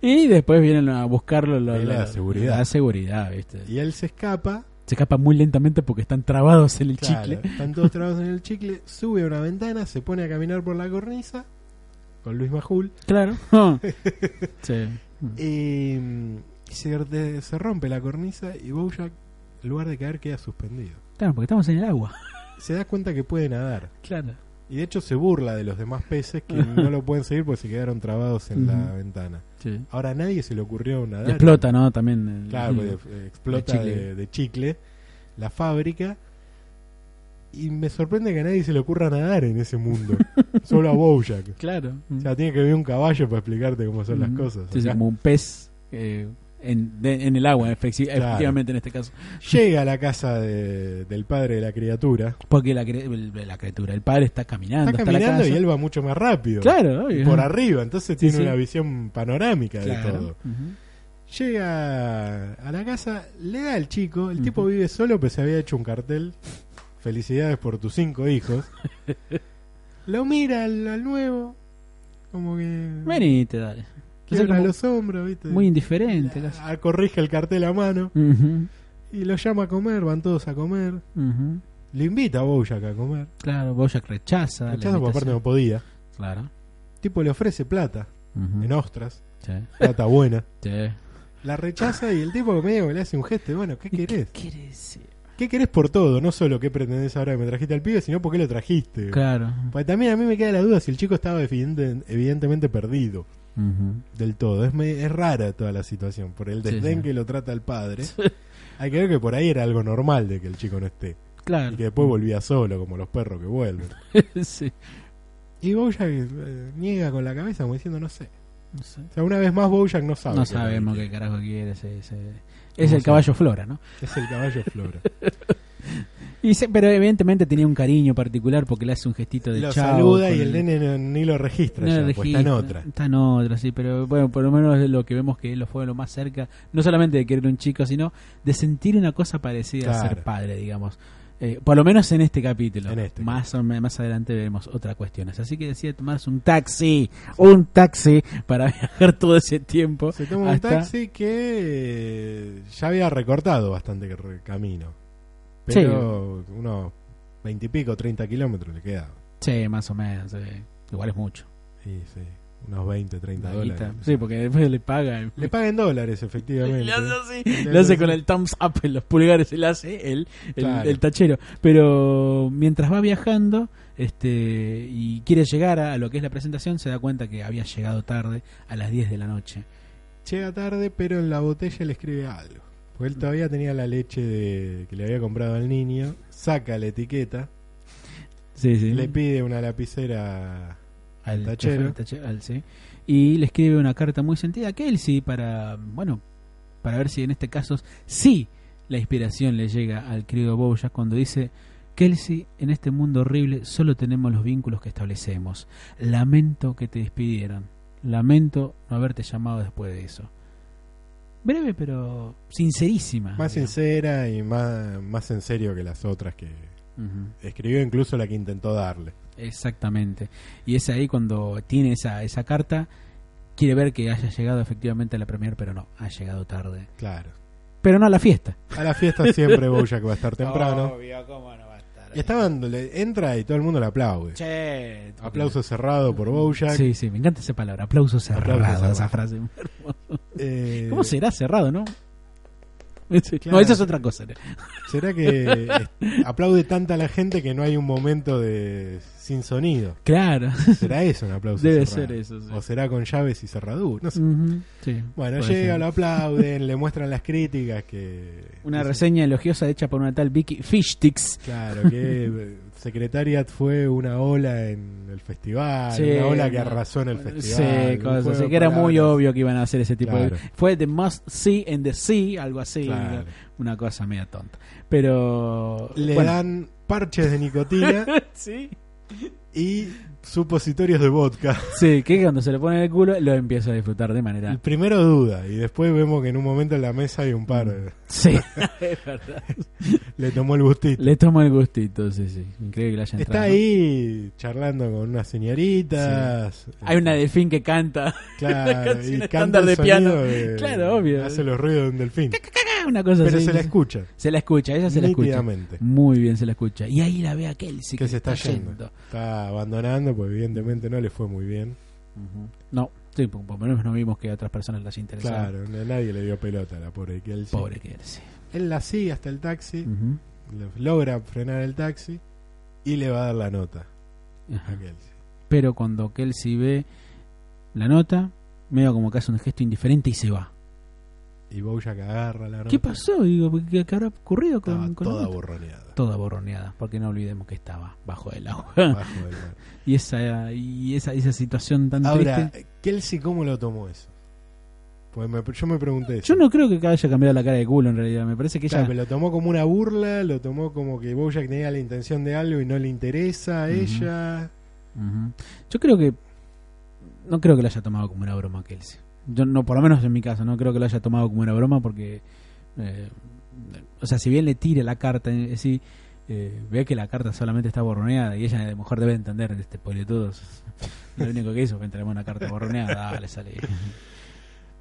Speaker 2: Y después vienen a buscarlo. lo-
Speaker 1: De la
Speaker 2: lo-
Speaker 1: seguridad.
Speaker 2: La seguridad, ¿viste?
Speaker 1: Y él se escapa
Speaker 2: se escapan muy lentamente porque están trabados en el
Speaker 1: Claro,
Speaker 2: chicle.
Speaker 1: Están todos trabados en el chicle, sube a una ventana, se pone a caminar por la cornisa con Luis Majul
Speaker 2: [laughs] Claro. Ah.
Speaker 1: [laughs]
Speaker 2: sí.
Speaker 1: y mm, se, de- se rompe la cornisa y Bojack, en lugar de caer, queda suspendido.
Speaker 2: Claro, porque estamos en el agua.
Speaker 1: Se da cuenta que puede nadar
Speaker 2: Claro.
Speaker 1: y de hecho se burla de los demás peces
Speaker 2: [laughs]
Speaker 1: que no lo pueden seguir porque se quedaron trabados en la
Speaker 2: Ujú.
Speaker 1: ventana.
Speaker 2: Sí.
Speaker 1: Ahora a nadie se le ocurrió nadar.
Speaker 2: Explota, ¿no? También. el-
Speaker 1: Claro,
Speaker 2: el-
Speaker 1: porque, eh, explota
Speaker 2: De
Speaker 1: de
Speaker 2: chicle.
Speaker 1: de chicle. la fábrica. Y me sorprende que a nadie se le ocurra nadar en ese mundo.
Speaker 2: [laughs]
Speaker 1: Solo a Bojack.
Speaker 2: claro. Mm.
Speaker 1: O sea, tiene que ver un caballo para explicarte cómo son las
Speaker 2: Ujú.
Speaker 1: cosas.
Speaker 2: Sí, sí,
Speaker 1: Acá
Speaker 2: como un pez eh, en, de- en el agua, efecti-
Speaker 1: Claro.
Speaker 2: efectivamente en este caso.
Speaker 1: Llega a la casa de- del padre de la criatura.
Speaker 2: Porque la, cri- el- la criatura, el padre está caminando.
Speaker 1: Está
Speaker 2: hasta
Speaker 1: caminando
Speaker 2: la casa.
Speaker 1: y él va mucho más rápido.
Speaker 2: Claro, obvio.
Speaker 1: Por arriba, entonces tiene
Speaker 2: sí.
Speaker 1: una visión panorámica de
Speaker 2: Claro.
Speaker 1: todo.
Speaker 2: Ujú.
Speaker 1: Llega a la casa, le da al chico, el
Speaker 2: Ujú.
Speaker 1: tipo vive solo, pero se había hecho un cartel. Felicidades por tus cinco
Speaker 2: [laughs]
Speaker 1: hijos. Lo mira al, al nuevo, como que
Speaker 2: Venite, dale.
Speaker 1: quiebra
Speaker 2: Entonces, como
Speaker 1: los hombros, ¿viste?
Speaker 2: muy indiferente. casi.
Speaker 1: Ah, corrige el cartel a mano
Speaker 2: Ujú,
Speaker 1: y lo llama a comer, van todos a comer.
Speaker 2: ujú.
Speaker 1: Lo invita a Bojack a comer.
Speaker 2: Claro, Boyac rechaza. Ah, la
Speaker 1: Rechaza porque aparte
Speaker 2: invitación.
Speaker 1: no podía.
Speaker 2: Claro.
Speaker 1: El tipo le ofrece plata
Speaker 2: Ujú.
Speaker 1: en ostras,
Speaker 2: Sí,
Speaker 1: plata buena.
Speaker 2: sí.
Speaker 1: La rechaza y el tipo medio que le hace un gesto, bueno, ¿qué querés?
Speaker 2: ¿Qué quiere decir?
Speaker 1: ¿Qué querés por todo? No solo qué pretendés ahora que me trajiste al pibe, sino por qué lo trajiste.
Speaker 2: Claro.
Speaker 1: Porque también a mí me queda la duda si el chico estaba evidente- evidentemente perdido
Speaker 2: Ujú.
Speaker 1: del todo. Es, me- es rara toda la situación, por el
Speaker 2: Sí,
Speaker 1: desdén
Speaker 2: sí.
Speaker 1: que lo trata el
Speaker 2: [laughs]
Speaker 1: padre. Hay que ver que por ahí era algo normal de que el chico no esté.
Speaker 2: Claro.
Speaker 1: Y que después volvía solo, como los perros que vuelven.
Speaker 2: [laughs] sí.
Speaker 1: Y Bojack eh, niega con la cabeza como diciendo, no sé.
Speaker 2: No sé.
Speaker 1: O sea, una vez más Bojack no sabe.
Speaker 2: No
Speaker 1: qué es lo que
Speaker 2: sabemos
Speaker 1: quiere.
Speaker 2: qué carajo quiere. sí, sí.
Speaker 1: No
Speaker 2: Es el
Speaker 1: sabe.
Speaker 2: caballo Flora, ¿no?
Speaker 1: Es el caballo
Speaker 2: [laughs]
Speaker 1: Flora.
Speaker 2: Y se- pero evidentemente tenía un cariño particular porque le hace un gestito de
Speaker 1: lo
Speaker 2: chao
Speaker 1: saluda
Speaker 2: con
Speaker 1: y el nene no- ni lo registra
Speaker 2: No
Speaker 1: ya,
Speaker 2: lo
Speaker 1: pues está en
Speaker 2: registra.
Speaker 1: otra.
Speaker 2: Está en otra, sí, pero bueno, por lo menos es lo que vemos que él lo fue lo más cerca, no solamente de querer un chico, sino de sentir una cosa parecida a
Speaker 1: Claro.
Speaker 2: ser padre, digamos. Eh, por lo menos en este capítulo.
Speaker 1: En este.
Speaker 2: Más, o me- más adelante veremos otras cuestiones. Así que decide tomarse un taxi, un taxi, para [laughs] viajar todo ese tiempo.
Speaker 1: Se toma un
Speaker 2: hasta-
Speaker 1: taxi que eh, ya había recortado bastante que re- camino. Pero unos veintipico, treinta kilómetros le quedaba.
Speaker 2: Sí, más o menos. sí. Igual es mucho.
Speaker 1: Sí, sí, unos 20, 30
Speaker 2: Ahí está.
Speaker 1: dólares.
Speaker 2: Sí, porque después le paga.
Speaker 1: Le pagan dólares, efectivamente.
Speaker 2: Le hace así.
Speaker 1: Le
Speaker 2: Lo hace
Speaker 1: hace
Speaker 2: con
Speaker 1: así.
Speaker 2: el thumbs up en los pulgares, él hace el, el,
Speaker 1: Claro.
Speaker 2: el tachero. Pero mientras va viajando este y quiere llegar a, a lo que es la presentación, se da cuenta que había llegado tarde a las 10 de la noche.
Speaker 1: Llega tarde, pero en la botella le escribe algo. Porque él todavía tenía la leche de- que le había comprado al niño. Saca la etiqueta.
Speaker 2: Sí, sí.
Speaker 1: Le pide una lapicera
Speaker 2: al
Speaker 1: tachero.
Speaker 2: chofer, al tachero, al- sí. Y le escribe una carta muy sentida a Kelsey para, bueno, para ver si en este caso sí la inspiración le llega al querido Bojack cuando dice Kelsey, en este mundo horrible solo tenemos los vínculos que establecemos. Lamento que te despidieran. Lamento no haberte llamado después de eso. Breve pero sincerísima.
Speaker 1: más
Speaker 2: digamos.
Speaker 1: sincera y más, más en serio que las otras que
Speaker 2: Ujú.
Speaker 1: escribió, incluso la que intentó darle.
Speaker 2: Exactamente. Y es ahí cuando tiene esa, esa carta, quiere ver que haya llegado efectivamente a la premier, pero no, ha llegado tarde.
Speaker 1: Claro.
Speaker 2: Pero no a la fiesta.
Speaker 1: A la
Speaker 2: [laughs]
Speaker 1: fiesta siempre Bojack va a estar temprano.
Speaker 2: Obvio, cómo no va a estar.
Speaker 1: Y estaban, le- entra y todo el mundo le aplaude.
Speaker 2: Che,
Speaker 1: Aplauso cerrado por Bojack.
Speaker 2: Sí, sí, me encanta esa palabra, aplauso cerrado,
Speaker 1: Aplauso cerrado.
Speaker 2: esa frase.
Speaker 1: Eh,
Speaker 2: ¿Cómo será cerrado, no? No,
Speaker 1: Claro.
Speaker 2: eso es otra cosa.
Speaker 1: ¿Será
Speaker 2: [laughs]
Speaker 1: que eh, aplaude tanta la gente que no hay un momento de sin sonido?
Speaker 2: Claro.
Speaker 1: ¿Será eso un aplauso
Speaker 2: Debe
Speaker 1: cerrado?
Speaker 2: ser eso, sí.
Speaker 1: ¿O será con llaves y cerradura? No sé.
Speaker 2: [laughs] Ujú, sí,
Speaker 1: Bueno,
Speaker 2: puede
Speaker 1: llega,
Speaker 2: ser.
Speaker 1: lo aplauden,
Speaker 2: [laughs]
Speaker 1: le muestran las críticas que...
Speaker 2: Una
Speaker 1: dicen,
Speaker 2: reseña elogiosa hecha por una tal Vicky Fishsticks.
Speaker 1: Claro, que eh, Secretariat fue una ola en el festival,
Speaker 2: Sí,
Speaker 1: una ola que
Speaker 2: una-
Speaker 1: arrasó en el festival.
Speaker 2: Sí,
Speaker 1: un
Speaker 2: cosas
Speaker 1: juego
Speaker 2: así,
Speaker 1: de
Speaker 2: que era muy
Speaker 1: palabras.
Speaker 2: obvio que iban a hacer ese tipo de...
Speaker 1: Claro.
Speaker 2: Fue The Must See and the Sea, algo así,
Speaker 1: Claro.
Speaker 2: una cosa media tonta. Pero...
Speaker 1: Le
Speaker 2: bueno,
Speaker 1: dan parches de nicotina
Speaker 2: [laughs] Sí,
Speaker 1: y supositorios de vodka.
Speaker 2: sí, que cuando se le pone en el culo lo empiezo a disfrutar de
Speaker 1: El
Speaker 2: manera...
Speaker 1: primero duda y después vemos que en un momento en la mesa hay un par.
Speaker 2: Mm.
Speaker 1: eh,
Speaker 2: Sí, [laughs] es verdad.
Speaker 1: [laughs] Le tomó el gustito.
Speaker 2: Le tomo el gustito, sí, sí. Increíble que le haya
Speaker 1: Está
Speaker 2: entrado, ¿no?
Speaker 1: ahí charlando con unas señoritas. eh,
Speaker 2: Hay una delfín que canta. [laughs]
Speaker 1: Claro,
Speaker 2: canción
Speaker 1: y
Speaker 2: estándar
Speaker 1: canta el
Speaker 2: de piano.
Speaker 1: sonido de-
Speaker 2: Claro, obvio.
Speaker 1: Hace los ruidos de un delfín.
Speaker 2: Una cosa
Speaker 1: Pero
Speaker 2: así.
Speaker 1: se la escucha.
Speaker 2: Se la escucha, ella se la escucha.
Speaker 1: nítidamente.
Speaker 2: Muy bien se la escucha. Y ahí la ve a Kelsey
Speaker 1: Que se está yendo. Está abandonando, pues evidentemente no le fue muy bien.
Speaker 2: Ujú. No, sí, por por lo menos no vimos que a otras personas las interesaba.
Speaker 1: Claro, na- nadie le dio pelota a la pobre Kelsey.
Speaker 2: Pobre Kelsey.
Speaker 1: Él la sigue hasta el taxi,
Speaker 2: Ujú.
Speaker 1: le- logra frenar el taxi y le va a dar la nota
Speaker 2: Ajá.
Speaker 1: a Kelsey.
Speaker 2: Pero cuando Kelsey ve la nota, medio como que hace un gesto indiferente y se va.
Speaker 1: Y Bojack agarra la nota.
Speaker 2: ¿Qué pasó? Digo, ¿qué, qué habrá ocurrido con,
Speaker 1: Estaba
Speaker 2: con la
Speaker 1: toda
Speaker 2: nota?
Speaker 1: borroneada.
Speaker 2: Toda borroneada, porque no olvidemos que estaba bajo el agua. [laughs]
Speaker 1: bajo del mar.
Speaker 2: y esa y esa, esa situación tan
Speaker 1: Ahora,
Speaker 2: triste.
Speaker 1: Kelsey, ¿cómo lo tomó eso? Pues me- yo me pregunté eso.
Speaker 2: Yo no creo que haya cambiado la cara de culo en realidad. Me parece que ella.
Speaker 1: Claro, pero lo tomó como una burla, lo tomó como que Bojack tenía la intención de algo y no le interesa a
Speaker 2: Ujú.
Speaker 1: ella.
Speaker 2: Ujú. Yo creo que. No creo que la haya tomado como una broma, Kelsey. Yo no, por lo menos en mi caso, no creo que lo haya tomado como una broma porque. eh, o sea, si bien le tire la carta, eh, sí, eh, ve que la carta solamente está borroneada y ella a lo mejor debe entender este de todos. Lo único que hizo fue entregarme una carta borroneada, dale,
Speaker 1: [laughs]
Speaker 2: sale.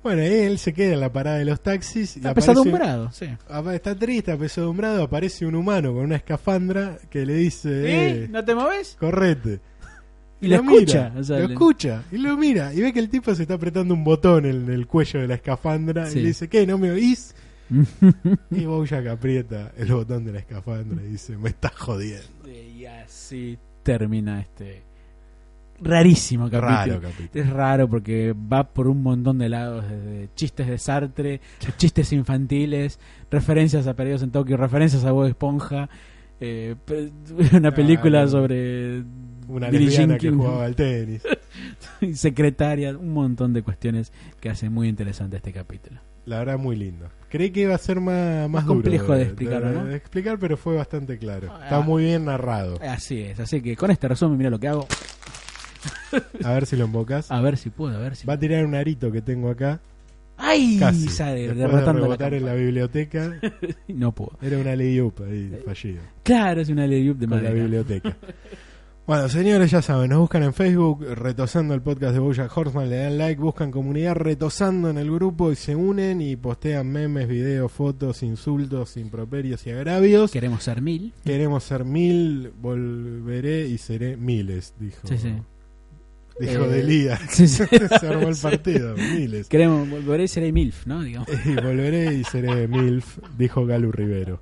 Speaker 1: Bueno, él se queda en la parada de los taxis. y
Speaker 2: Está
Speaker 1: aparece-
Speaker 2: pesadumbrado, sí.
Speaker 1: apa- Está triste, apesadumbrado. Aparece un humano con una escafandra que le dice:
Speaker 2: ¿Eh? ¿No te moves?
Speaker 1: Correte.
Speaker 2: Y la
Speaker 1: lo mira,
Speaker 2: escucha. o sea,
Speaker 1: lo
Speaker 2: le-
Speaker 1: escucha y lo mira. Y ve que el tipo se está apretando un botón en el cuello de la escafandra.
Speaker 2: Sí.
Speaker 1: Y le dice: ¿Qué? ¿No me
Speaker 2: [laughs]
Speaker 1: oís? y Bojack aprieta el botón de la escafandra y dice: Me estás jodiendo.
Speaker 2: Y así termina este rarísimo capítulo.
Speaker 1: Raro capítulo.
Speaker 2: Es raro porque va por un montón de lados, desde chistes de Sartre, chistes infantiles, referencias a Perdidos en Tokio, referencias a Bob Esponja, eh, pe- una
Speaker 1: Ah,
Speaker 2: película
Speaker 1: no.
Speaker 2: sobre
Speaker 1: Una
Speaker 2: Billie
Speaker 1: lesbiana
Speaker 2: Jean
Speaker 1: que
Speaker 2: King. [laughs]
Speaker 1: jugaba al tenis.
Speaker 2: secretarias, un montón de cuestiones que hacen muy interesante este capítulo.
Speaker 1: La verdad, muy lindo. Creí que iba a ser más, más duro
Speaker 2: complejo de explicarlo, ¿no?
Speaker 1: de explicar, pero fue bastante claro.
Speaker 2: Ah.
Speaker 1: Está muy bien narrado.
Speaker 2: Así es, así que con este resumen, mira lo que hago,
Speaker 1: A ver si lo embocas.
Speaker 2: a ver si puedo, a ver si...
Speaker 1: Va a tirar un arito que tengo acá.
Speaker 2: ¡Ay!
Speaker 1: Casi.
Speaker 2: Sale
Speaker 1: Después de
Speaker 2: derrotando la
Speaker 1: rebotar en la
Speaker 2: campana.
Speaker 1: biblioteca.
Speaker 2: No pudo.
Speaker 1: Era una ley up ahí, fallido.
Speaker 2: Claro, es una ley de
Speaker 1: Con la
Speaker 2: madera.
Speaker 1: biblioteca. Bueno, señores, ya saben, nos buscan en Facebook, retosando el podcast de Boya Horseman, le dan like, buscan comunidad, retosando en el grupo y se unen y postean memes, videos, fotos, insultos, improperios y agravios.
Speaker 2: Queremos ser mil.
Speaker 1: Queremos ser mil, volveré y seré miles, dijo.
Speaker 2: Sí, sí.
Speaker 1: Dijo
Speaker 2: Eh,
Speaker 1: Delía.
Speaker 2: Sí, sí.
Speaker 1: [laughs] Se armó el
Speaker 2: [laughs] Sí.
Speaker 1: partido, miles.
Speaker 2: Queremos, volveré a ser ahí MILF, ¿no? Digamos.
Speaker 1: [laughs] Y volveré y seré milf, dijo Galu Rivero.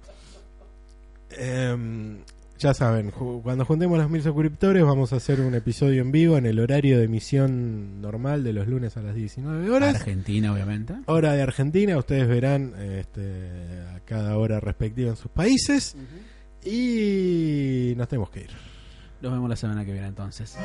Speaker 1: Em, ya saben, ju- cuando juntemos los mil suscriptores vamos a hacer un episodio en vivo en el horario de emisión normal de los lunes a las 19 horas.
Speaker 2: Argentina, obviamente.
Speaker 1: Hora de Argentina, ustedes verán este, a cada hora respectiva en sus países. Y nos tenemos que ir.
Speaker 2: Nos vemos la semana que viene entonces.